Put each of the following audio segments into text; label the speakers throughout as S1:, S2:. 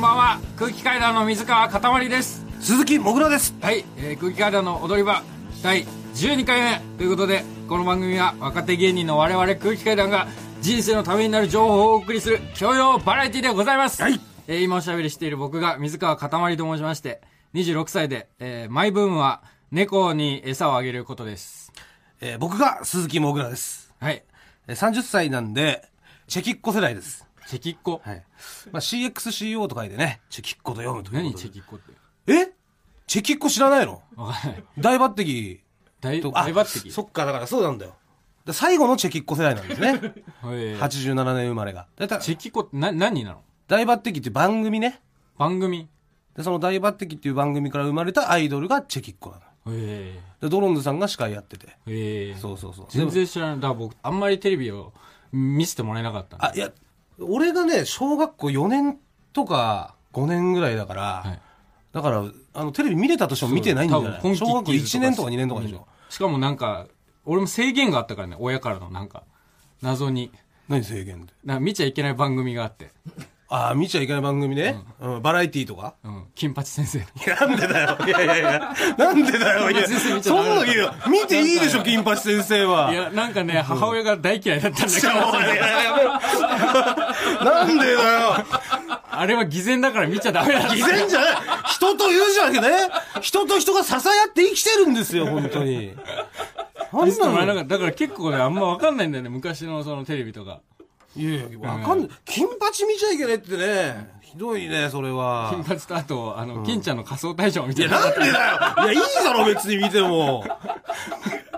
S1: ばんは空気階段の水川かたまりです
S2: 鈴木もぐらです
S1: はい、えー空気階段の踊り場第12回目ということでこの番組は若手芸人の我々空気階段が人生のためになる情報をお送りする教養バラエティでございます、
S2: はい
S1: えー今おしゃべりしている僕が水川かたまりと申しまして26歳で、えーマイブームは猫に餌をあげることです
S2: えー僕が鈴木もぐらです。
S1: はい
S2: えー30歳なんで、チェキッコ世代です。
S1: チェキッコ、
S2: はい。まあ、CXCO と書いてね、チェキッコと読むという
S1: 何
S2: こと
S1: チェ
S2: で。
S1: キッコって
S2: えチェキッコ知らないの
S1: わかんない
S2: 大抜擢
S1: 大
S2: と
S1: 大抜擢
S2: そっか、だからそうなんだよ。だから最後のチェキッコ世代なんで すね。
S1: えー
S2: 87年生まれが。だいたい
S1: チェキコってな何なの
S2: 大抜擢っていう番組ね。
S1: 番組
S2: で、その大抜擢っていう番組から生まれたアイドルがチェキッコなの。
S1: え
S2: で、ドロンズさんが司会やってて。
S1: えええ
S2: そうそうそう。
S1: 全然知らないだから僕あんまりテレビを見せてもらえなかったんで
S2: あ、いや、俺がね、小学校4年とか5年ぐらいだから、
S1: はい
S2: だから、あの、テレビ見れたとしても見てないんじゃない
S1: 多分
S2: 小学校1年とか2年とかでしょ。
S1: うんしかもなんか俺も制限があったからね親からのなんか謎に
S2: 何制限って。
S1: なんか見ちゃいけない番組があって、
S2: ああ、見ちゃいけない番組ね。うんバラエティーとか。
S1: うん、金八先生
S2: いやなんでだよ。いやいやいや。なんでだよ。いや、
S1: 先生見ちゃ
S2: そ
S1: ダ
S2: ん
S1: メだ
S2: なのいや、見ていいでしょ、金八先生は。
S1: いやなんかね母親が大嫌いだったんだけ
S2: ちょ
S1: ど
S2: おいややめろなんでだよ。
S1: あれは偽善だから見ちゃダメだ
S2: 偽善じゃない人と言うじゃんけね。人と人が支え合って生きてるんですよ、本当に。
S1: 見せてもらえ
S2: の
S1: なかっただから結構ねあんま分かんないんだよね昔のそのテレビとか
S2: いやいや、わかんない。金八見ちゃいけないってね。ひどいね、それ
S1: 金
S2: は。
S1: 八とあとあの、金ちゃんの仮装大賞み
S2: い
S1: たい
S2: や、
S1: な
S2: なんでだよ。いや、いいだろ、別に見ても。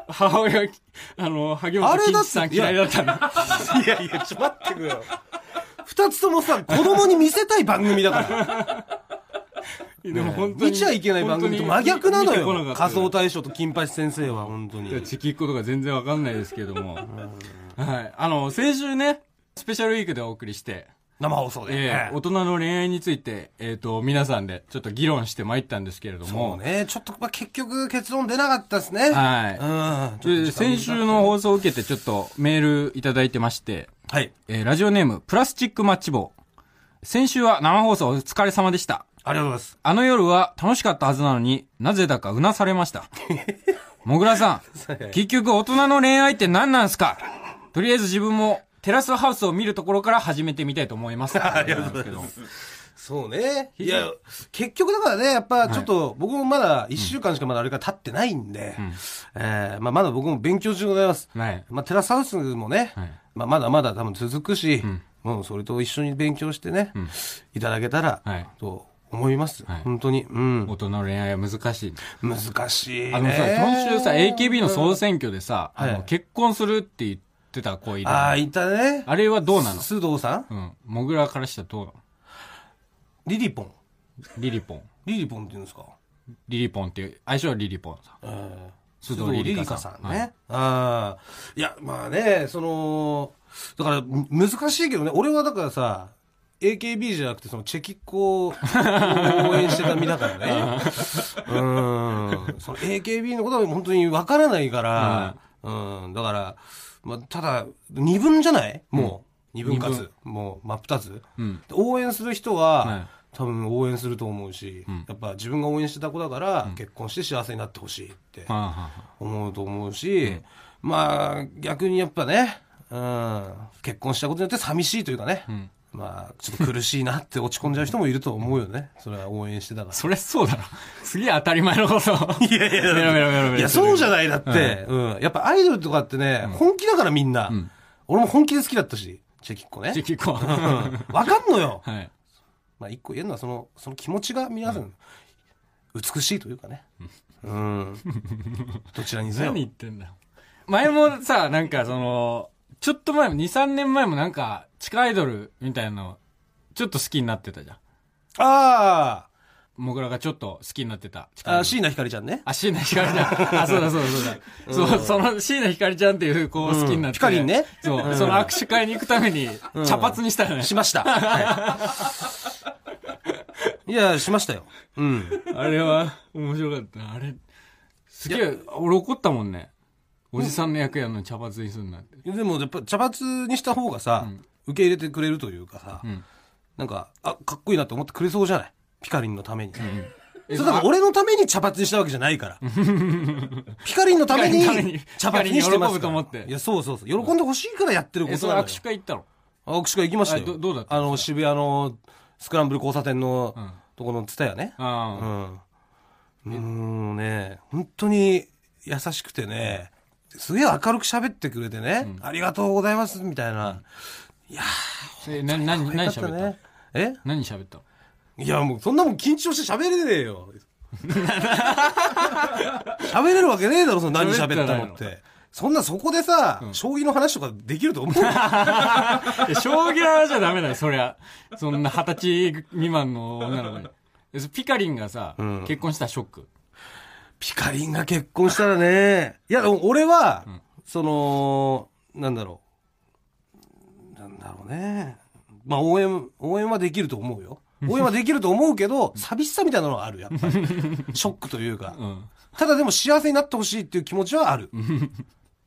S1: 母親があの萩本欽一さん嫌いだったの
S2: いやいや、ちょ、待ってくれよ。二つともさ、子供に見せたい番組だから。
S1: でも本当に
S2: 見ちゃいけない番組と真逆なのよ。仮装
S1: 対
S2: 大賞と金八先生は、本当に。
S1: チキッコとか全然わかんないですけどもはいあの先週ねスペシャルウィークでお送りして、
S2: 生放送で。
S1: えー大人の恋愛について、えー、と皆さんでちょっと議論してまいったんですけれど
S2: も
S1: も
S2: うね、ちょっと、まあ、結局結論出なかったですね。
S1: はい
S2: うんちょっと時間
S1: で
S2: 短。
S1: 先週の放送を受けてちょっとメールいただいてまして
S2: はい。
S1: えーラジオネーム、プラスチックマッチ棒。先週は生放送お疲れ様でした。
S2: ありがとうございます。
S1: あの夜は楽しかったはずなのになぜだかうなされま した。もぐらさん、結局大人の恋愛って何なんすかとりあえず自分もテラスハウスを見るところから始めてみたいと思います。 ありがとうございますけど。
S2: そうね。い
S1: 常に
S2: や、結局だからね、やっぱちょっと、僕もまだ1週間しかまだあれから経ってないんで、えーまあまだ僕も勉強中でございます。
S1: はい
S2: まあテラスハウスもね、
S1: はい
S2: まあまだまだ多分続くし、もうそれと一緒に勉強してね、いただけたら、
S1: はい
S2: と思います。
S1: はい
S2: 本当に。うん。
S1: 大人の恋愛は難しい。
S2: 難しいね。
S1: あのさ、今週さ、AKB の総選挙でさ、あ
S2: は
S1: の
S2: い
S1: 結婚するって言ってた子いる。
S2: あ
S1: あ
S2: あ、いたね。
S1: れはどうなの
S2: 須藤さん
S1: うん。もぐらからしたらどうなの
S2: リリポン。
S1: リリポン。
S2: リリポンって言うんですか
S1: リリポンっていう、愛称はリリポンさん。
S2: え
S1: 須藤
S2: 須藤
S1: リ
S2: リ
S1: リ
S2: リ
S1: カ
S2: カ
S1: さん
S2: さんね。ああ。いや、まあね、その、だから、む難しいけどね、俺はだからさ、AKB じゃなくて、その、チェキッ コを応援してた身だからね。うん。その AKB のことは本当にわからないから、うん。だから、まあ、ただ、二分じゃないもう。二分
S1: 二
S2: 割
S1: 分。
S2: もう、真っ二つ。
S1: うん。
S2: で応援する人
S1: はい
S2: は、多分応援すると思うし、やっぱ自分が応援してた子だから、結婚して幸せになってほしいっ
S1: は
S2: て。
S1: あはあはあ
S2: 思うと思うし、まあ逆にやっぱね、うん、結婚したことによって寂しいというかね、まあちょっと苦しいなって落ち込んじゃう人もいると思うよね。それは応援して たか
S1: そりゃそうだろ。すげえ当たり前のこと。 い
S2: やいやだって
S1: メロメロメロメロ。
S2: ら。いや、そうじゃ
S1: ない。
S2: ないだって、うん。やっぱアイドルとかってね、本気だからみんな、俺も本気で好きだったし、チェキッコね。
S1: チェキコ。
S2: うん
S1: は
S2: わかんのよ。
S1: い。
S2: まあ一個言えるのはその、その気持ちが皆さん、美しいというかね。うん。どちらにせよ
S1: 何。言ってんだよ。前もさ、なんかその、ちょっと前も、2、3年前もなんか、地下アイドルみたいなの、ちょっと好きになってたじゃん。
S2: あ
S1: もぐらがちょっと好きになってた。地
S2: ー
S1: 下アイド
S2: あ、
S1: ル
S2: 椎名ひかりちゃんね。
S1: あ、椎名ひかりちゃん。あ、そうだそうだそうだ。そう、その椎名ひかりちゃんっていう子を好きになって。
S2: ひかりんね
S1: そう、その握手会に行くために、茶髪にしたよね。
S2: しました。い、や、しましたよ。うん。
S1: あれは、面白かったな。あれ、すげえ、俺怒ったもんね。おじさんの役やのに茶髪にすんなって。
S2: でも、やっぱ茶髪にした方がさ、受け入れてくれるというかさ、なんか、あ、かっこいいなって思ってくれそうじゃないピカリンのために。そうだから俺のために茶髪にしたわけじゃな いから。ピカリンのため
S1: ピカリンのため
S2: に
S1: に
S2: 茶髪にしてま
S1: ピカリン喜ぶ
S2: すから。
S1: と思って
S2: いや、そうそうそう。喜んでほしいからやってるこ
S1: え、
S2: と
S1: そ
S2: な
S1: れ
S2: のよ
S1: 握手会行ったの
S2: あ握手会行きましたよ。
S1: あどどうだった
S2: あの、渋谷のスクランブル交差点の
S1: ん
S2: とこのツタヤね。う
S1: あ
S2: ん。もうね、本当に優しくてね、すげえ明るく喋ってくれてね、ありがとうございます、みたいな。
S1: あ。え、な、な、何
S2: よか
S1: 喋
S2: っ
S1: ったた
S2: ね。え
S1: 何喋ったの
S2: いや、もうそんなもん緊張して喋れねえ よ。喋れるわけねえだろ、その何喋ったのっ
S1: 喋った
S2: て。そんなそこでさ、将棋の話とかできると思う
S1: いや将棋の話はダメだよ、そりゃ。そんな二十歳未満の女の子に。えそピカリンがさ、
S2: ん
S1: 結婚したらショック。
S2: ピカリンが結婚したらね。いや、でも俺は、その、なんだろう。なんだろうね。まあ応援、応援はできると思うよ。応援はできると思うけど、寂しさみたいなのはある、やっ ぱり。ショックというか。
S1: うん。
S2: ただでも幸せになってほしいっていう気持ちはある。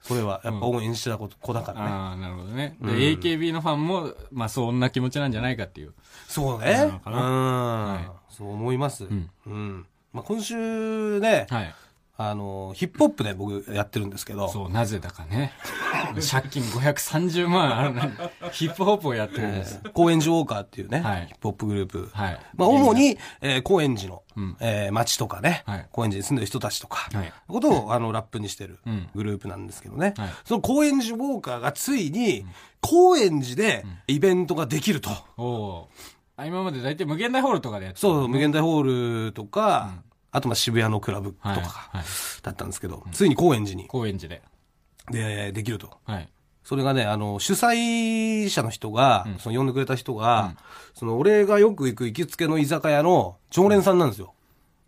S2: それは、やっぱ応援してた子子だからね。
S1: ああ、なるほどね。で、AKB のファンも、まあそんな気持ちなんじゃないかっていう。
S2: そう
S1: な
S2: ね
S1: の。
S2: う
S1: か
S2: ん、
S1: な
S2: そう思います。うん
S1: ん。
S2: まあ、今週ね、
S1: はい。
S2: あの、ヒップホップで僕やってるんですけど、
S1: そう、なぜだかね。借金530万あるのに、ヒップホップをやってるん
S2: え
S1: です。
S2: ー高円寺ウォーカーっていうね、
S1: はい
S2: ヒップホップグループ。
S1: はい。
S2: まあ、主に、えー高円寺の、
S1: ん
S2: えー街とかね、
S1: はい
S2: 高円寺に住んでる人たちとか、
S1: はい
S2: こと をあのラップにしてる
S1: うん
S2: グループなんですけどね、
S1: はい
S2: その高円寺ウォーカーがついに、高円寺でイベントができると。
S1: おおー。あ今まで大体無限大ホールとかでやってた
S2: そう、無限大ホールとか、あとまあ渋谷のクラブと
S1: はい。
S2: か
S1: はい。
S2: だったんですけど、ついに高円寺に
S1: 高円寺で。
S2: でできると。
S1: はい。
S2: それがね、あの、主催者の人が、その呼んでくれた人が、その俺がよく行く行きつけの居酒屋の常連さんなんですよ。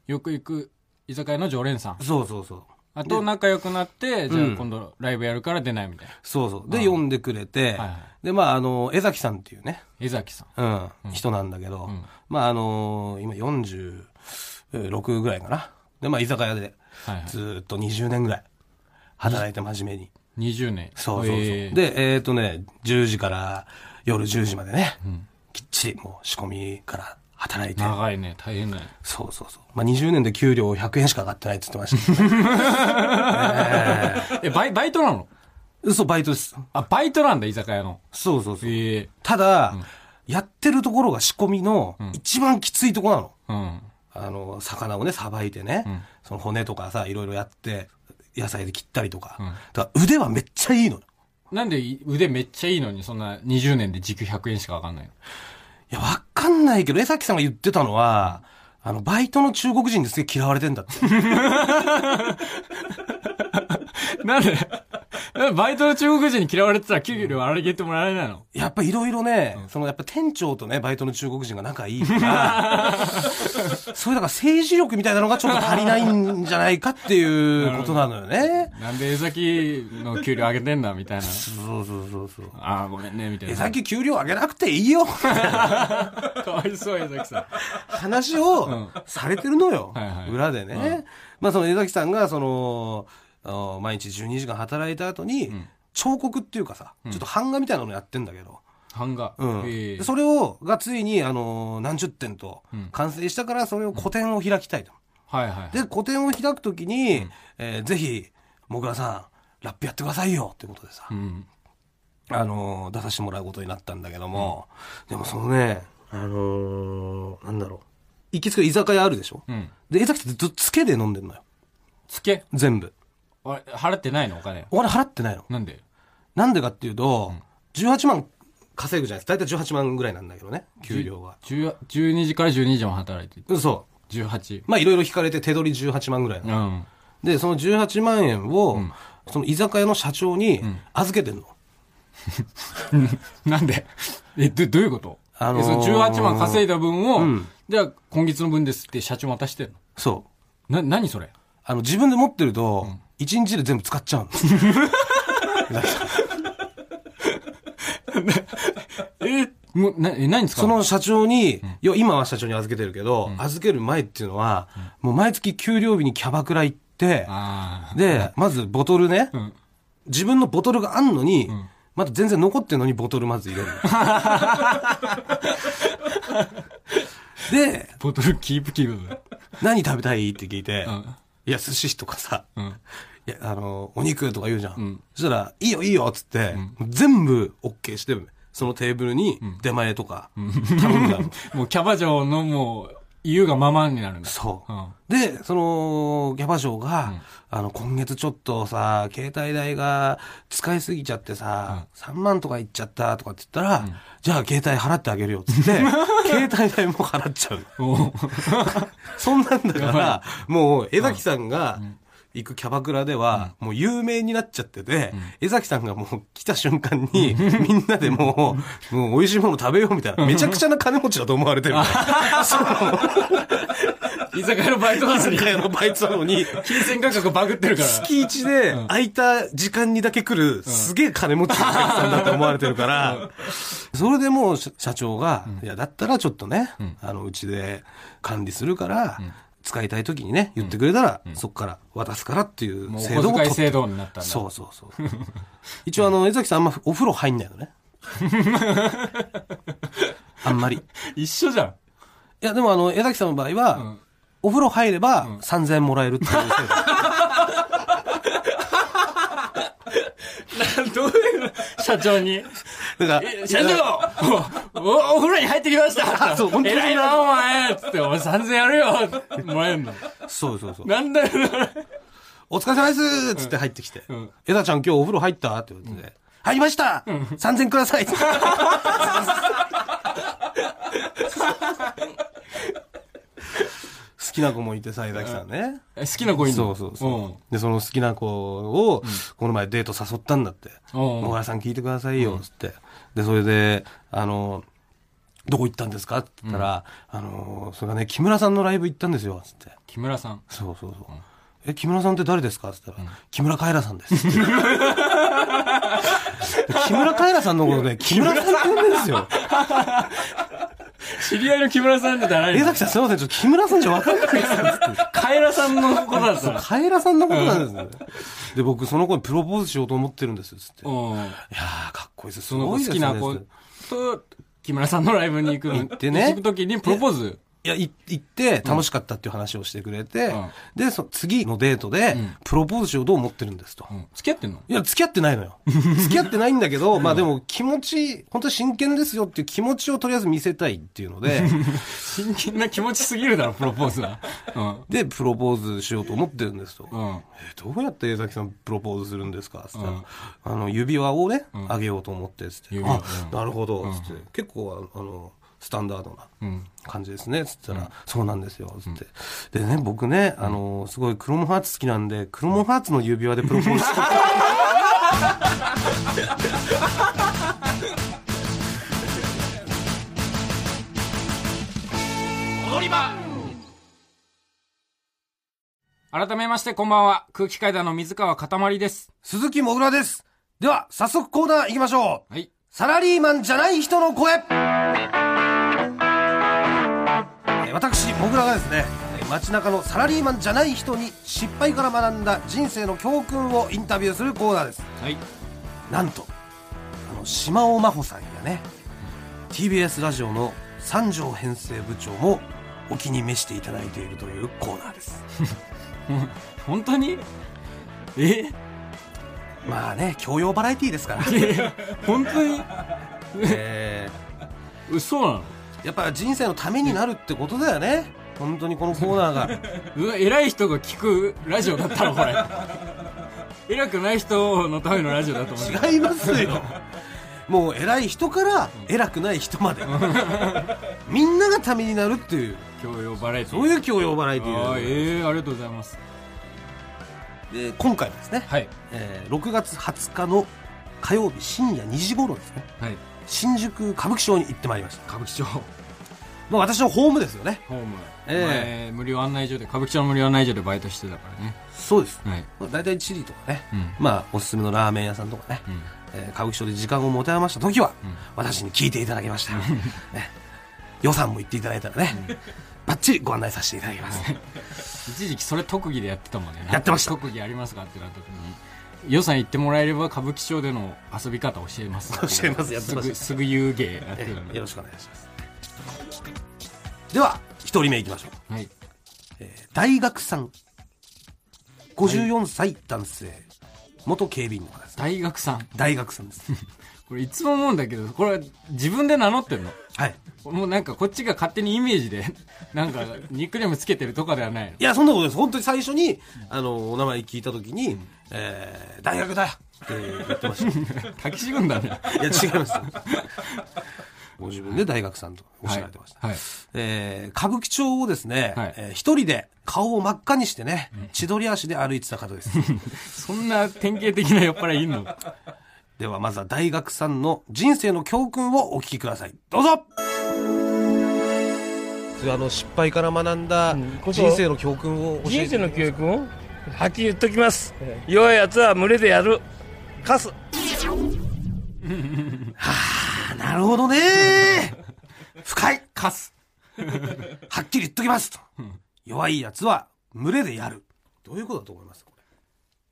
S1: よく行く居酒屋の常連さん。
S2: そうそうそう。
S1: あと仲良くなって、じゃあ今度ライブやるから出ないみたいな。
S2: そうそう。で、呼んでくれて、
S1: はいはい
S2: で、まあ、あの、江崎さんっていうね、
S1: 江崎さん。
S2: うん、人なんだけど、まあ、あの今46ぐらいかな。で、まあ、居酒屋で、
S1: はいはい
S2: ずーっと20年ぐらい働いて真面目に。
S1: 20年。
S2: そうそうそう。
S1: えー
S2: で、えっ、とね、10時から夜10時までね、きっちりもう仕込みから働いて。
S1: 長いね、大変だね。
S2: そうそうそう。まあ、20年で給料100円しか上がってないって言ってました けどね、
S1: え、バイバイトなの
S2: 嘘、バイトです。
S1: あ、バイトなんだ、居酒屋の。
S2: そうそうそう。
S1: ええ
S2: ただ、やってるところが仕込みの一番きついとこなの。
S1: うん。
S2: あの、魚をね、さばいてね、その骨とかさ、いろいろやって、野菜で切ったりとか。だから腕はめっちゃいいのよ。
S1: なんでい腕めっちゃいいのに、そんな20年で時給100円しか上がんないの
S2: いや、わかんないけど、江崎さんが言ってたのは、あの、バイトの中国人ですげえ嫌われてんだって。
S1: なんで、なんで バイトの中国人に嫌われてたら給料上げてもらえないの
S2: やっぱいろいろね、そのやっぱ店長とね、バイトの中国人が仲いいから、 そういうだから政治力みたいなのがちょっと足りないんじゃないかっていうことなのよね。
S1: なんで江崎の給料上げてんだみ たいな。
S2: そうそうそうそう。
S1: ああ、ごめんね、みたい
S2: え、
S1: な。
S2: さっき給料上げなくていいよ
S1: かわいそう、江崎さ
S2: 話をされてるのよ。
S1: はいはい
S2: 裏でね。まあその江崎さんが、その、あ毎日12時間働いた後に、彫刻っていうかさ、ちょっと版画みたいなのやってんだけど、
S1: ん。版画。
S2: うん
S1: ええ
S2: でそれを、がついに、あのー何十点と完成したから、それを個展を開きたいと。
S1: はいはいはい。
S2: で、個展を開くときに、えーぜひ、もぐらさん、ラップやってくださいよってことでさ、
S1: うん。
S2: あのー出させてもらうことになったんだけども、でもそのね、あのーなんだろう。行きつけの居酒屋あるでしょ、
S1: うん。
S2: で、江崎ってずっとつけで飲んでんのよ。
S1: つけ
S2: 全部。
S1: あれ払ってないのお金。
S2: お金払ってないの。
S1: なんで
S2: なんでかっていうと、18万稼ぐじゃないですか。だいたい18万ぐらいなんだけどね、給料は。
S1: 10 ?12 時から12時も働いてる。
S2: うんそう。
S1: 18。
S2: まあいろいろ引かれて手取り18万ぐらいな
S1: う
S2: の
S1: ん。
S2: で、その18万円を、その居酒屋の社長に預けてんの。
S1: なんで え、ど、どういうこと
S2: あのー
S1: えその18万稼いだ分を、じゃあ今月の分ですって社長渡してる
S2: そう。
S1: のな、何それ
S2: あの、自分で持ってると、1日で全部使っちゃうの。
S1: えもう、な、え、何ですか
S2: その社長に、いや、今は社長に預けてるけど、預ける前っていうのは、もう毎月給料日にキャバクラ行って、
S1: ああ。
S2: で、まずボトルね、自分のボトルがあんのに、まだ全然残ってるのにボトルまず入れる ので、
S1: ボトルキープ気分。
S2: 何食べたいって聞いて、
S1: ん
S2: いや、寿司とかさ、
S1: うん。
S2: いや、あの、お肉とか言うじゃん。
S1: ん
S2: そしたら、いいよいいよっつって、全部 OK して、そのテーブルに出前とか、頼んだの。
S1: もうキャバ嬢のもう、言うがままになるんだ。
S2: そう。
S1: うん
S2: で、その、キャバ嬢が、あの、今月ちょっとさ、携帯代が使いすぎちゃってさ、3万とかいっちゃったとかって言ったら、じゃあ携帯払ってあげるよっつ って、携帯代も払っちゃう。
S1: おう。
S2: そんなんだから、もう江崎さんが行くキャバクラでは、もう有名になっちゃってて、江崎さんがもう来た瞬間に、みんなでもう、もう美味しいもの食べようみたいな、めちゃくちゃな金持ちだと思われてる。 そ
S1: 居酒屋のバイトなの
S2: の、居
S1: に、
S2: 酒屋のバイトなのに、
S1: 金銭感覚バグってるから。
S2: 月一で空いた時間にだけ来る、すげえ金持ちのお客さんだと思われてるから、それでもう社社長が、いや、だったらちょっとね、あの、うちで管理するから、使いたい時にね、言ってくれたら、そっから渡すからっていう
S1: もう
S2: 制
S1: お小遣
S2: 度を
S1: い
S2: 取っ
S1: 制
S2: て。
S1: 度になったんだ。
S2: そうそうそう。一応あの、江崎さんあんまお風呂入んないの ね。あんまり。い
S1: 一緒じゃん。
S2: や、でもあの、江崎さんの場合は、お風呂入れば3000円もらえるっていう制 度。
S1: どういう、社長に。
S2: だから
S1: え社長おおお風呂に入ってきました
S2: あそう本当に
S1: 偉いな、お前つって、お前3000やるよってもらえんの。
S2: そうそうそう。
S1: なんだよ、
S2: お疲れ様ですっつって入ってきて
S1: ん。
S2: えだちゃん今日お風呂入ったって言われて。入りました三千くださ いっつって好きな子もいてさ、江崎さんね。
S1: 好きな子いん
S2: そ
S1: の
S2: うそうそう。で、その好きな子を、この前デート誘ったんだって。
S1: うん
S2: もがらさん聞いてくださいよ、つって。で、それで、あの、どこ行ったんですかって言ったら、あの、それがね、木村さんのライブ行ったんですよ、つって。
S1: 木村さん。
S2: そうそうそう。え、木村さんって誰ですかって言ったら、木村カエラさんです。木村カエラさんのことね、 木村さんって言うんですよ。
S1: 知り合いの木村さんじゃない
S2: 江
S1: の
S2: 崎さんすいません、ちょっと木村さんじゃわかんないですって。
S1: カエラさんの子だったら。
S2: カエラさんのことなんですね。で、僕、その子にプロポーズしようと思ってるんです、つって。い
S1: う
S2: や
S1: ん。
S2: ー、かっこいいです。す
S1: その
S2: ご
S1: 好
S2: いです
S1: き
S2: ね。
S1: な子
S2: つって
S1: と、木村さんのライブに行くの。
S2: 行ってね
S1: 行くときにプロポーズ。
S2: いや、い行って、楽しかったっていう話をしてくれて、
S1: うん
S2: で、そ次のデートで、プロポーズしようと思ってるんですと。
S1: うん付き合ってんの
S2: いや、付き合ってないのよ。付き合ってないんだけど、まあでも気持ち、本当に真剣ですよっていう気持ちをとりあえず見せたいっていうので、
S1: 真剣な気持ちすぎるだろ、プロポーズは。うん。
S2: で、プロポーズしようと思ってるんですと。
S1: うん。
S2: えどうやって江崎さんプロポーズするんですかつったら、あの、指輪をね、あげようと思って、つって。
S1: 指輪
S2: あ、なるほど、つって。結構、ああの、スタンダードな感じですね、つったら、そうなんですよ、つって。でね、僕ね、あの、すごいクロムハーツ好きなんで、クロムハーツの指輪でプロポーズ して
S1: 改めまして、こんばんは。空気階段の水川かたまりです。
S2: 鈴木もぐらです。では、早速コーナー行きましょう。
S1: はい。
S2: サラリーマンじゃない人の声。えー私、もぐらがですね、えー街中のサラリーマンじゃない人に失敗から学んだ人生の教訓をインタビューするコーナーです。
S1: はい。
S2: なんと、あの、島尾真帆さんやね、TBS ラジオの三条編成部長もお気に召していただいているというコーナーです。
S1: 本当にえ
S2: まあね、教養バラエティーですから。
S1: 本当に
S2: えー
S1: 嘘なの
S2: やっぱ人生のためになるってことだよね。本当にこのコーナーが。
S1: うわ偉い人が聞くラジオだったのこ れ。偉くない人のためのラジオだと思う。
S2: 違いますよ。もう偉い人から偉くない人まで。みんながためになるっていう、
S1: 教養バラエティ
S2: そういう教養バラエティ
S1: あー
S2: ーで
S1: ええありがとうございます。
S2: で今回はですね、
S1: はい。
S2: えー6月20日の火曜日深夜2時頃ですね、
S1: はい。
S2: 新宿歌舞伎町に行ってまいりました。
S1: 歌舞伎町ホ
S2: まあ私のホームですよね。
S1: ーム。
S2: え
S1: え無料案内所で、歌舞伎町の無料案内所でバイトしてたからね。
S2: そうです。
S1: はい。
S2: まあ、大体チリとかね、
S1: うん
S2: まあおすすめのラーメン屋さんとかね、
S1: ん
S2: えー歌舞伎町で時間を持て余した時は、私に聞いていただきました、ね、予算も言っていただいたらね、バッチリご案内させていただきます、
S1: 一時期それ特技でやってたもんね。
S2: やってました
S1: 特技ありますかってなった時に、予算言ってもらえれば歌舞伎町での遊び方教えます
S2: 教えますやってます
S1: ぐすぐ遊芸やって
S2: え
S1: る
S2: えよろ
S1: し
S2: しくお願いしますでは1人目いきましょう
S1: くはい
S2: 大学さん54歳男性、元警備員の方ですね
S1: 大学さん
S2: 大学さんです
S1: これいつも思うんだけどこれ自分で名乗ってるの
S2: はい
S1: もうなんかこっちが勝手にイメージで なんかニックネームつけてるとかではないの
S2: いやそんなことないです本当に最初にあのお名前聞いた時に、えー大学だって言ってましたい
S1: 滝志軍団だね
S2: や 違いますご自分で大学さんとおっしゃられてました、
S1: はいはい
S2: えー歌舞伎町をですね、
S1: はい
S2: えー一人で顔を真っ赤にしてね、千鳥足で歩いてた方です
S1: そんな典型的な酔っ払いいんの
S2: ではまずは大学さんの人生の教訓をお聞きくださいどうぞあの失敗から学んだ
S3: うんこと
S2: 人生の教訓を教え
S3: 人
S2: て
S3: 生の教育をはっきり言っときます、弱いやつは群れでやるカ ス
S2: なるほどね深い
S1: カス
S2: はっきり言っときますと弱いやつは群れでやるどういうことだと思いますこれ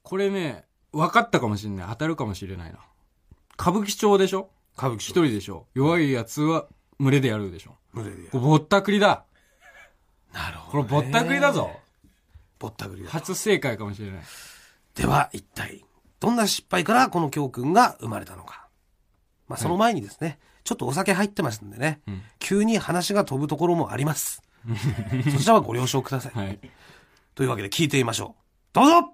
S1: これね分かったかもしれない当たるかもしれないな歌舞伎町でしょ
S2: 歌舞伎
S1: 一
S2: 町
S1: 人でしょ弱いやつは群れでやるでしょ
S2: 群れでや
S1: こ
S2: る
S1: れぼったくりだ
S2: なるほ
S1: これぼったくりだぞ
S2: ぼったくりだ
S1: 初正解かもしれない
S2: では一体どんな失敗からこの教訓が生まれたのかまあその前にですね、ちょっとお酒入ってますんでね、
S1: ん
S2: 急に話が飛ぶところもあります そちらはご了承ください、
S1: はい
S2: というわけで聞いてみましょうどうぞ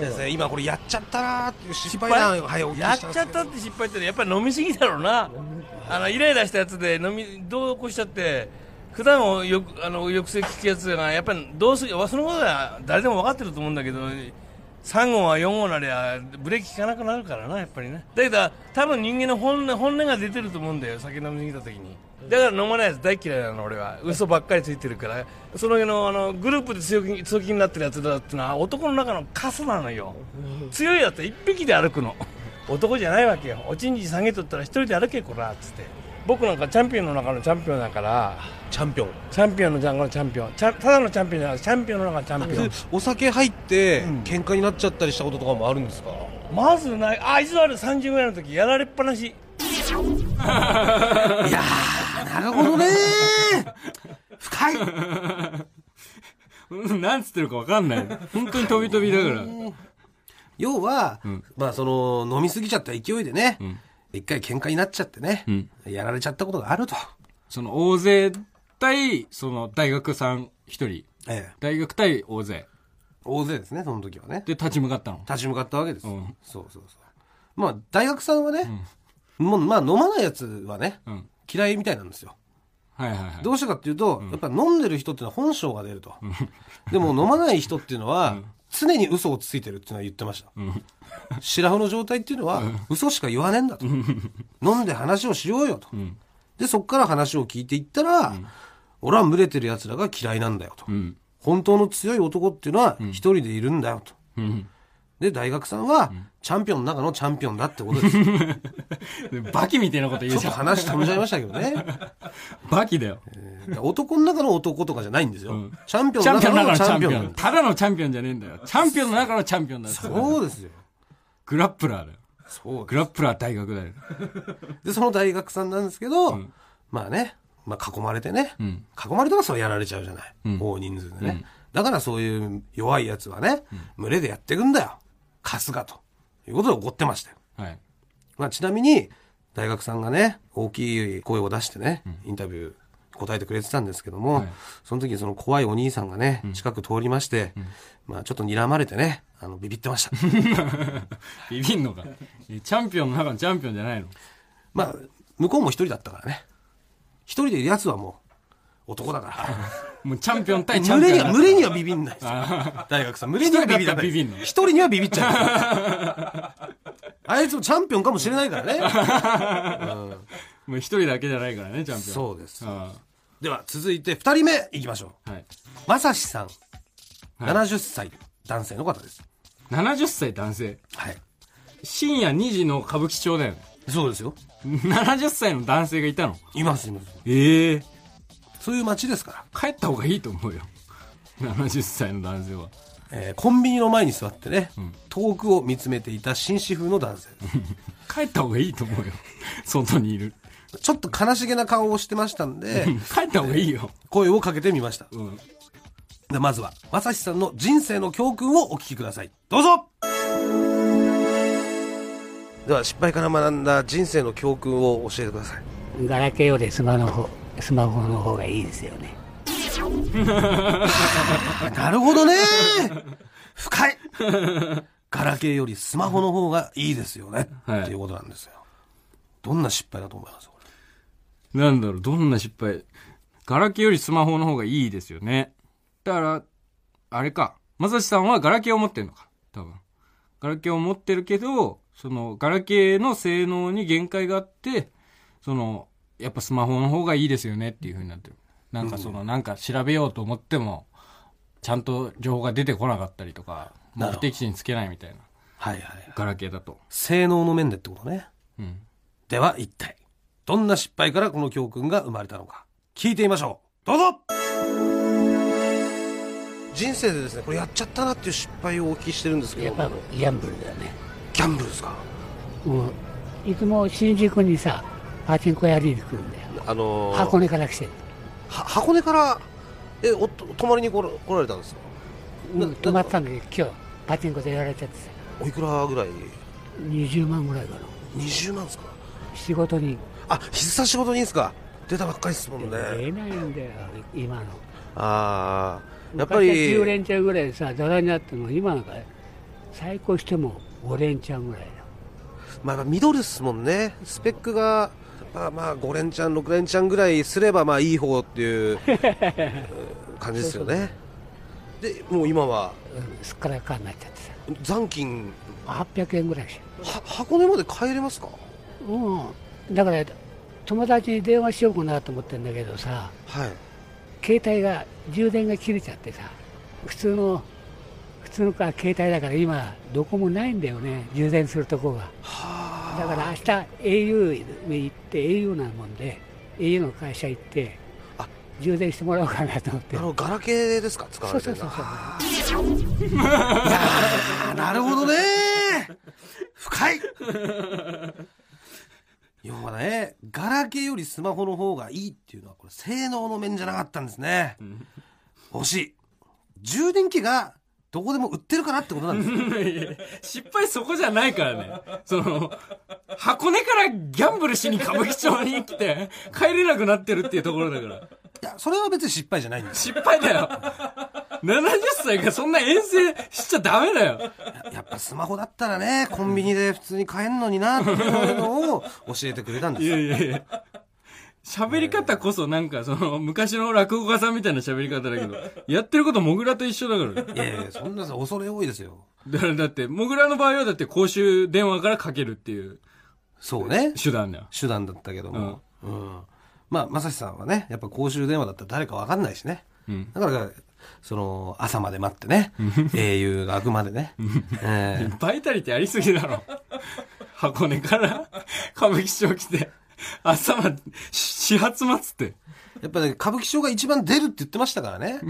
S2: 先生今これやっちゃったなーっていう失敗談はいお聞き
S3: やっ
S2: し
S3: ち
S2: たんです
S3: ゃっ
S2: けど
S3: たって失敗ってのはやっぱり飲みすぎだろうなあのイライラしたやつで飲みどうこうしちゃって普段をよくあの抑制聞くやつがやっぱりどうするそのことは誰でも分かってると思うんだけど3号は4号なりゃブレーキ効かなくなるからなやっぱりねだけど多分人間の本音本音が出てると思うんだよ酒飲みに来た時にだから飲まないやつ大嫌いなの俺は嘘ばっかりついてるからそののあのグループで強気強気になってるやつだってのは男の中のカスなのよ強いやつは1匹で歩くの男じゃないわけよおちんちん下げとったら一人で歩けこらっつって僕なんかチャンピオンの中のチャンピオンだから
S2: チャンピオン
S3: チャンピオンの中のチャンピオンチャンただのチャンピオンじゃなくてチャンピオンの中のチャンピオン
S2: お酒入って
S3: ん
S2: 喧嘩になっちゃったりしたこととかもあるんですか、
S3: まずないあいつある30ぐらいの時やられっぱなし
S2: いやーなるほどねー 深い
S1: うんなんつってるか分かんない本当に飛び飛びだから
S2: 要は、
S1: ん
S2: まあその飲みすぎちゃった勢いでね、
S1: ん
S2: 一回喧嘩になっちゃってね、
S1: ん
S2: やられちゃったことがあると、
S1: その大勢対その大学さん一人
S2: ええ、
S1: 大学対大勢
S2: 大勢ですねその時はね
S1: で立ち向かったの
S2: 立ち向かったわけです、
S1: うん
S2: そうそうそうまあ大学さんはね、もうまあ飲まないやつはね、
S1: うん
S2: 嫌いみたいなんですよ
S1: はいはいはい
S2: どうしてかっていうと、やっぱ飲んでる人っていうのは本性が出ると、でも飲まない人っていうのは、常に嘘をついてるっていうのは言ってました、白羽の状態っていうのは、嘘しか言わねえんだと、飲んで話をしようよと、でそっから話を聞いていったら、俺は群れてる奴らが嫌いなんだよと、
S1: うん
S2: 本当の強い男っていうのは一人でいるんだよと、
S1: うん
S2: で大学さんは、チャンピオンの中のチャンピオンだって ことですち
S1: でバキみたいなこと言
S2: ょ
S1: う
S2: っ
S1: じ
S2: と
S1: ゃん
S2: 話飛んじゃいましたけどね
S1: バキだよ
S2: 男の中の男とかじゃないんですよ、
S1: ん
S2: チャンピオン
S1: チャ
S2: の
S1: ンピオン
S2: 中
S1: の中
S2: の
S1: の
S2: チ
S1: チ
S2: ャ
S1: ャ
S2: ン
S1: ン
S2: ピ
S1: ピ
S2: オ
S1: オ
S2: ン
S1: ンただのチャンピオンじゃねえんだよチャンピオンの中のチャンピオンだよ
S2: そうですよ。
S1: グラップラーだよ
S2: そう
S1: グラップラー大学だよ
S2: で、その大学さんなんですけど、まあね、まあ囲まれてね、
S1: ん
S2: 囲まれたらそうやられちゃうじゃない。
S1: ん
S2: 大人数でね、だからそういう弱いやつはね、群れでやっていくんだよ。春日と。いうことで怒ってましたよ。
S1: はい
S2: まあちなみに、大学さんがね、大きい声を出してね、インタビュー答えてくれてたんですけども、
S1: はい
S2: その時にその怖いお兄さんがね、近く通りまして、まあちょっと睨まれてね、あの、ビビってました。
S1: ビビんのかえチャンピオンの中のチャンピオンじゃないの
S2: まあ、向こうも一人だったからね。一人でいるやつはもう、男だか
S1: もうチャンピオン
S2: ら。
S1: 対チャ
S2: 群
S1: ンピオ
S2: れ
S1: ン
S2: に
S1: だ
S2: は、群れにはビビんないですよ 大学さん、群れにはビビら
S1: 一人だっ
S2: ない。
S1: たらビビんの
S2: 一人にはビビっちゃ う。あいつもチャンピオンかもしれない からね。
S1: もう一人だけじゃないからねチャンピオン
S2: そうです。
S1: あ
S2: では、続いて二人目いきましょ
S1: あはい、
S2: う。まさしさん、
S1: はい
S2: 70歳、男性の方です。
S1: 70歳男性
S2: はい。
S1: 深夜2時の歌舞伎町だよね
S2: そうですよ。
S1: 70歳の男性がいたの
S2: います、います。
S1: ええ
S2: そういう街ですから。
S1: 帰った方がいいと思うよ70歳の男性は
S2: えーコンビニの前に座ってね、遠くを見つめていた紳士風の男性。
S1: 帰った方がいいと思うよ。外にいる。
S2: ちょっと悲しげな顔をしてましたんで、
S1: 帰った方がいいよ。
S2: 声をかけてみました。
S1: うん。
S2: でまずは、まさしさんの人生の教訓をお聞きください。どうぞでは、失敗から学んだ人生の教訓を教えてください。
S4: ガラケーよりスマの方スマホの方がいいですよね
S2: なるほどね深いガラケーよりスマホの方がいいですよね、
S1: はい
S2: っていうことなんですよ。どんな失敗だと思いますこれ
S1: なんだろう、どんな失敗。ガラケーよりスマホの方がいいですよね。だから、あれか。まさしさんはガラケーを持ってるのか。多分。ガラケーを持ってるけど、その、ガラケーの性能に限界があって、その、やっぱスマホの方がいいですよねっていう風になってる。なんかその、なんか調べようと思っても、ちゃんと情報が出てこなかったりとか、目
S2: なるほど
S1: 的地につけないみたいな。
S2: はいはいはい。
S1: ガラケーだと。
S2: 性能の面でってことね。
S1: うん。
S2: では一体、どんな失敗からこの教訓が生まれたのか、聞いてみましょう。どうぞ人生でですね、これやっちゃったなっていう失敗をお聞きしてるんですけ
S4: やっ
S2: ど、
S4: ぱギャンブルだね
S2: ギャンブルですか
S4: もういつも新宿にさパチンコ屋に来るんだよ
S5: あのー
S4: 箱根から来てる
S5: は箱根からえおと泊まりに来ら来られたんですかな
S4: うん泊まったんだけど今日パチンコでやられちゃってさ
S5: おいくらぐらい
S4: 20万ぐらいかな
S5: 20万ですか
S4: 仕事に
S5: あ日差仕事にいいんですか出たばっかりですもんね
S4: 出えないんだよ今の
S5: ああやっぱ
S4: 昔は10
S5: り
S4: 連チャンぐらいでさざらになっても今なんか最高しても5連チャンぐらい
S5: まあやっぱミドルですもんねスペックがまあまあ5連チャン6連チャンぐらいすればまあいい方って いううん感じですよねでもう今は
S4: だ、うん、すっからかんなっちゃってさ
S5: 残金
S4: 800円ぐらいして
S5: は箱根まで帰れますか
S4: うんだから友達に電話しようかなと思ってんだけどさ
S5: はい
S4: 携帯が充電が切れちゃってさ普通の普通のか携帯だから今どこもないんだよね充電するとこがだから明日 au に行って au なもんで au の会社行って
S5: あ
S4: 充電してもらおうかなと思って
S5: あのガラケーですか使わ
S4: そう
S5: れて
S4: そう
S5: るの
S4: そう
S5: は
S4: そう
S2: あなるほどね深い要はね、ガラケーよりスマホの方がいいっていうのは、これ性能の面じゃなかったんですね。惜しい。充電器がどこでも売ってるからってことなんですよ
S1: 失敗そこじゃないからね。その、箱根からギャンブルしに歌舞伎町に来て、帰れなくなってるっていうところだから。
S2: いや、それは別に失敗じゃないんです
S1: 失敗だよ。70歳がそんな遠征しちゃダメだよ。
S2: やっぱスマホだったらね、コンビニで普通に買えんのになっていうのを教えてくれたんです
S1: い
S2: よ。
S1: やいやいや。喋り方こそなんかその昔の落語家さんみたいな喋り方だけど、やってることモグラと一緒だから。
S2: いやいや、そんなさ、恐れ多いですよ。
S1: だからだって、モグラの場合はだって公衆電話からかけるっていう
S2: そうね。
S1: 手段だよ。
S2: 手段だったけども。うん。まあ、まさしさんはね、やっぱ公衆電話だったら誰かわかんないしね。
S1: うん。
S2: だから、その、朝まで待ってね、英雄が開くまでね。ええ
S1: バイタリティありすぎだろ。箱根から歌舞伎町来て、朝まで、し始発待つって。
S2: やっぱね、歌舞伎町が一番出るって言ってましたからね。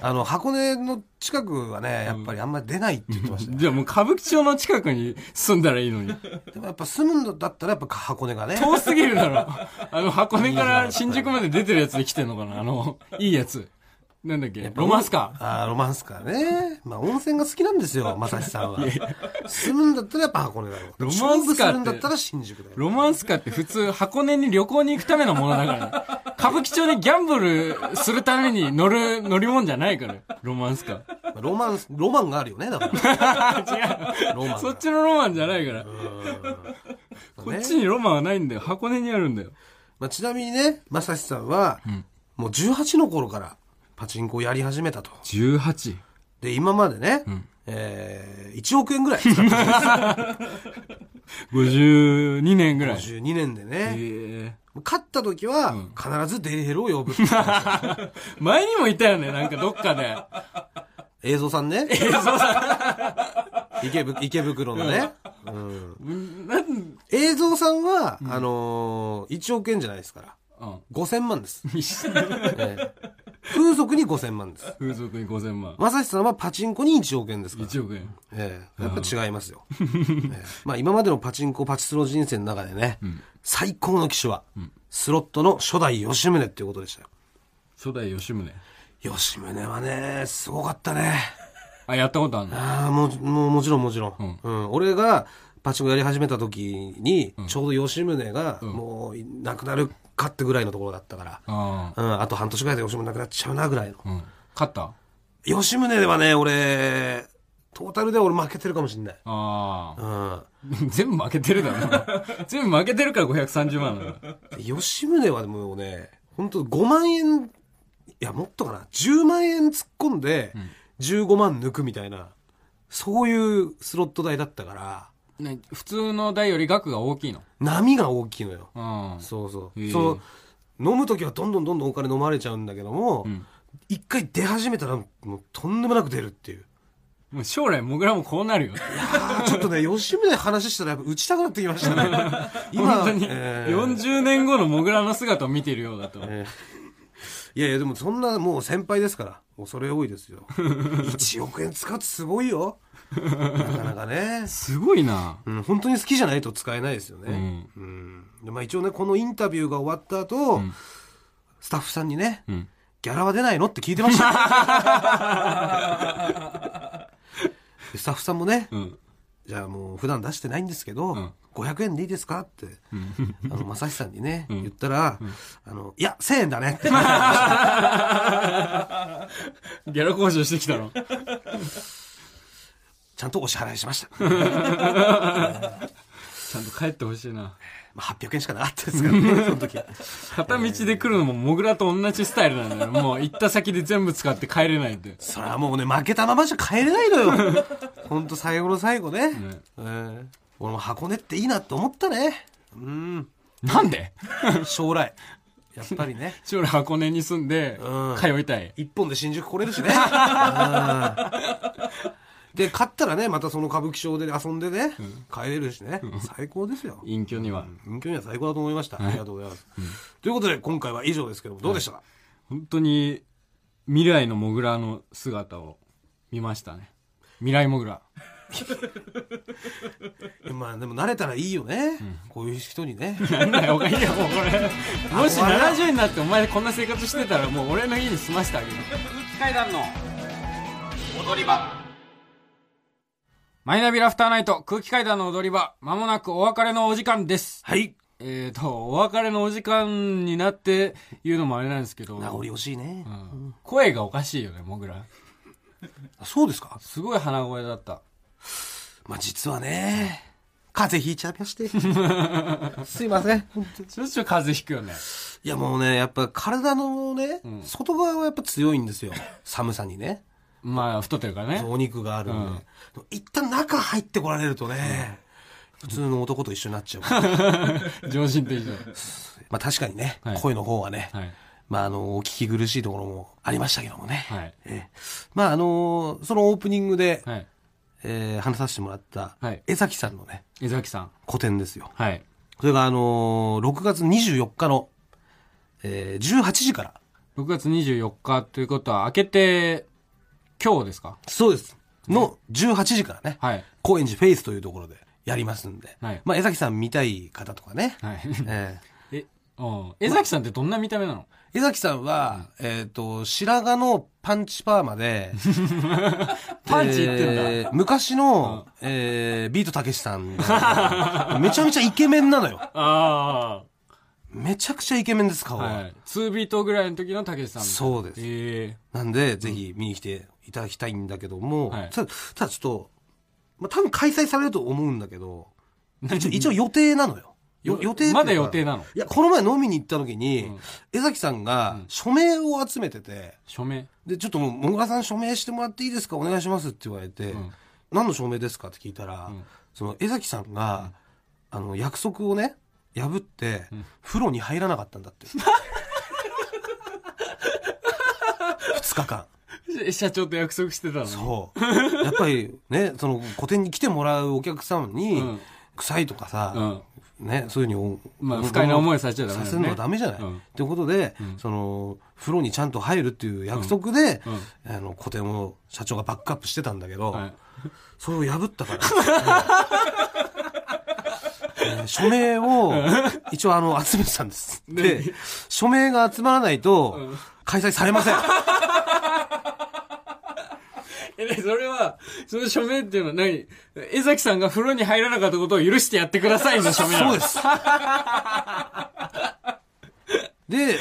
S2: あの、箱根の近くはね、やっぱりあんまり出ないって言ってましたよ。
S1: じゃあもう歌舞伎町の近くに住んだらいいのに。
S2: でもやっぱ住むんだったらやっぱ箱根がね。
S1: 遠すぎるだろ。あの、箱根から新宿まで出てるやつで来てんのかなあの、いいやつ。なんだっけロマンスカ
S2: ああ、ロマンスカーね。まあ、温泉が好きなんですよ、まさしさんは。住むんだったらやっぱ箱根だろう。
S1: ロマンスカーって
S2: 勝負するんだったら新宿だよ。
S1: ロマンスカーって普通箱根に旅行に行くためのものだから。歌舞伎町でギャンブルするために乗る乗り物じゃないから。ロマンスカー。
S2: まあロマンス、ロマンがあるよね、だから。 違う。ロマン
S1: そっ
S2: が。
S1: ちのロマンじゃないから。こっち
S2: ね
S1: にロマンはないんだよ。箱根にあるんだよ。
S2: まあ、ちなみにね、まさしさんは、もう18の頃からパチンコをやり始めたと。
S1: 18。
S2: で、今までね、えー、1億円ぐらい使ってた。
S1: 52年ぐらい。
S2: 12年で
S1: え
S2: ね。
S1: ー
S2: 勝った時は、必ずデリヘルを呼ぶ っていう話。
S1: 前にもいたよね、なんかどっかで。
S2: 映像さんね。池ぶ池袋のね。うん
S1: なん、
S2: 映像さんは、あのー、1億円じゃないですか
S1: う
S2: ら。
S1: ん。
S2: 5000万です。ええ風俗に5000万です。
S1: 風俗に5000万。
S2: 正志さんはパチンコに1億円ですから。
S1: 1億円。
S2: ええやっぱ違いますよ。ええまあ今までのパチンコ、パチスロ人生の中でね、最高の機種は、スロットの初代吉宗っていうことでしたよ。
S1: 初代吉宗。
S2: 吉宗はね、すごかったね。
S1: あ、やったことあんの
S2: ああ、もう、もうもちろんもちろん。うん。俺がパチンコやり始めた時に、ちょうど吉宗が、もう、亡くなるかってぐらいのところだったから、
S1: あ
S2: うん、あと半年ぐらいで吉宗亡くなっちゃうなぐらいの。
S1: あ。うん。勝ったあ
S2: 吉宗ではね、俺、トータルで俺負けてるかもしんない。
S1: あ
S2: う。ん。
S1: 全部負けてるだろ。 全部負けてるから530万なんだ。
S2: 吉宗はもうね、本当5万円、いや、もっとかな、10万円突っ込んで、15万抜くみたいな、そういうスロット代だったから、
S1: ね、普通の台より額が大きいの。
S2: 波が大きいのよ。
S1: うん。
S2: そうそう。
S1: へえ
S2: その、飲むときはどんどんどんどんお金飲まれちゃうんだけども、一回出始めたら、もうとんでもなく出るっていう。
S1: もう将来モグラもこうなるよ。
S2: あーちょっとね、吉宗話したらやっぱ打ちたくなってきました ね。 今、
S1: 本当に
S2: えー
S1: 40年後のモグラの姿を見てるようだと。
S2: いやいや、でもそんなもう先輩ですから、もうそれ多いです よ。1億円使うってすごいよ。なかなかね。
S1: すごいな。
S2: うん、本当に好きじゃないと使えないですよ
S1: う
S2: ね。
S1: ん。
S2: うん。でまあ一応ね、このインタビューが終わった後、スタッフさんにね、
S1: うん。
S2: ギャラは出ないのって聞いて ました。でスタッフさんもね、
S1: うん。
S2: じゃあもう普段出してないんですけど、
S1: ん
S2: 500円でいいですかって、あの、まさしさんにね、言ったら、あの、いや、1000円だねって。
S1: ギャラ交渉してきたの。
S2: ちゃんとお支払いしました。
S1: ちゃんと帰ってほしいな。
S2: まあ、800円しかなかったですからね、そ の時。
S1: 片道で来るのもモグラと同じスタイルなんだよ。もう行った先で全部使って帰れないって。
S2: それはもうね、負けたままじゃ帰れないのよ。 ほんと最後の最後ね。えー俺も箱根っていいなって思ったね。うん。
S1: なんで
S2: 将来。やっぱりね。
S1: 将来箱根に住んで
S2: うん、
S1: 通いたい。
S2: 一本で新宿来れるし ね。うんで、勝ったらね、またその歌舞伎町で遊んでね、帰れるしね。最高ですよ。
S1: 隠居には。
S2: 遠距離は最高だと思いました。ありがとうございます。ということで、今回は以上ですけども、どうでしたか、
S1: 本当に、未来のモグラの姿を見ましたね。未来モグラ。
S2: まあでも慣れたらいいよね。こういう人に ね。
S1: なんだよ、おかいいよ、もうこれ。もし70になってお前こんな生活してたら、もう俺の家に住ましてあげる。空気階段の踊り場。マイナビラフターナイト空気階段の踊り場、まもなくお別れのお時間です。
S2: はい。
S1: えーと、お別れのお時間になって言うのもあれなんですけど、
S2: 名残惜しいね。
S1: うん声がおかしいよね、モグラ。
S2: あそうですか
S1: すごい鼻声だった。
S2: まあ実はね、風邪ひいちゃい まして。すいません。
S1: ちょっちゅう風邪ひくよね。
S2: いやもうね、やっぱ体のね、外側はやっぱ強いんですよ。寒さにね。
S1: まあ、太ってるからね。
S2: お肉があるんで。
S1: うん
S2: でも一旦中入ってこられるとね、普通の男と一緒になっちゃうから。
S1: 上心的に。
S2: まあ確かにね、
S1: はい
S2: 声の方はね、
S1: はい。
S2: まああの、お聞き苦しいところもありましたけどもね。
S1: はい。
S2: ええまああのそのオープニングで、
S1: はい。
S2: えー話させてもらった、
S1: はい
S2: 江崎さんのね、
S1: 江崎さん。
S2: 個展ですよ。
S1: はい。
S2: それが、あのー6月24日の、えー18時から。
S1: 6月24日ということは、明けて、今日ですか
S2: そうです。の18時からね、
S1: はい。
S2: 高円寺フェイスというところでやりますんで、
S1: はい
S2: まあ、江崎さん見たい方とかね、
S1: はい。
S2: え
S1: え、うん。江崎さんってどんな見た目なの
S2: ー江崎さんは、えっ、と、白髪のパンチパーマで、
S1: パンチ言ってんだ。
S2: えー昔の、えービートたけしさんが、めちゃめちゃイケメンなのよ。
S1: あ
S2: めちゃくちゃイケメンです、
S1: あ。
S2: 顔は。
S1: はい。2ビートぐらいの時のたけしさん。
S2: そうです
S1: え
S2: なんで、ぜひ見に来ていただきたいんだけども、
S1: はい
S2: たただちょっと、まあ、多分開催されると思うんだけど、一応一応予定なのよ。よ
S1: よ
S2: 予定っていうか
S1: まだ予定なの
S2: いや、この前飲みに行った時に、江崎さんが署名を集めてて、
S1: ー、署名。
S2: で、ちょっともう、もぐらさん署名してもらっていいですかお願いしますって言われて、
S1: ん
S2: 何の署名ですかって聞いたら、その江崎さんが、あの、約束をね、破って、風呂に入らなかったん だって。2日間。
S1: え社長と約束してたのに。
S2: そう。やっぱりね、その古典に来てもらうお客様に、
S1: うん
S2: 臭いとかさ、
S1: うん
S2: ね、そういうふうにお、
S1: まあ不快な思いをさせちゃダメだよね
S2: させるのはダメじゃない。
S1: うん
S2: ってことで、その、風呂にちゃんと入るっていう約束で、あの、個展を社長がバックアップしてたんだけど、
S1: はい
S2: それを破ったから。えー署名を、一応あの、集めてたんです。で、署名が集まらないと、開催されません。
S1: え、ねそれは、その署名っていうのは何江崎さんが風呂に入らなかったことを許してやってくださいの署名
S2: そうです。 で、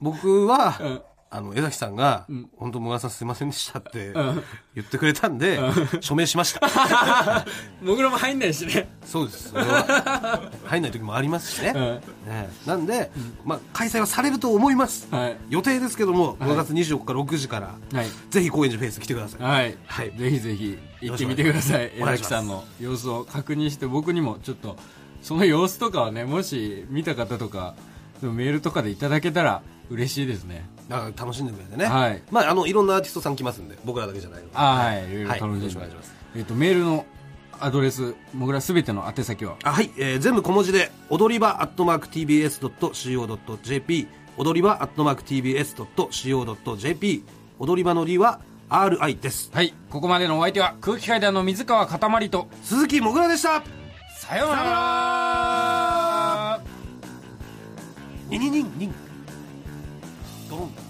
S2: 僕は、
S1: ん
S2: あの、江崎さんが、本当、もがさんすいませんでしたって
S1: ん
S2: 言ってくれたんで、署名しました。
S1: 僕らも入んないしね。
S2: そうです。それは入んない時もありますしね。ねなんで、まあ、開催はされると思います。
S1: はい
S2: 予定ですけども、5月24日から6時から、
S1: はい
S2: ぜひ高円寺フェイス来てください。
S1: はい。
S2: はい
S1: ぜひぜひ、行ってみてください。江
S2: お願いし
S1: 崎
S2: ます
S1: さんの様子を確認して、僕にもちょっと、その様子とかはね、もし見た方とか、メールとかでいただけたら嬉しいですね。
S2: なんか楽しんでくれてね。
S1: はい
S2: まあ、あの、いろんなアーティストさん来ますんで、僕らだけじゃないので。
S1: あーはい。いろいろ
S2: はい
S1: 楽しんで。
S2: よろしくお願いします
S1: えっと、メールのアドレス、僕らすべての宛先は、
S2: あはい、えー全部小文字で踊り場 atmarktbs.co.jp 踊り場 atmarktbs.co.jp 踊り場のりは RI です
S1: はい。ここまでのお相手は、空気階段の水川かたまりと、
S2: 鈴木もぐらでした
S1: さようなら
S2: にににんにんドン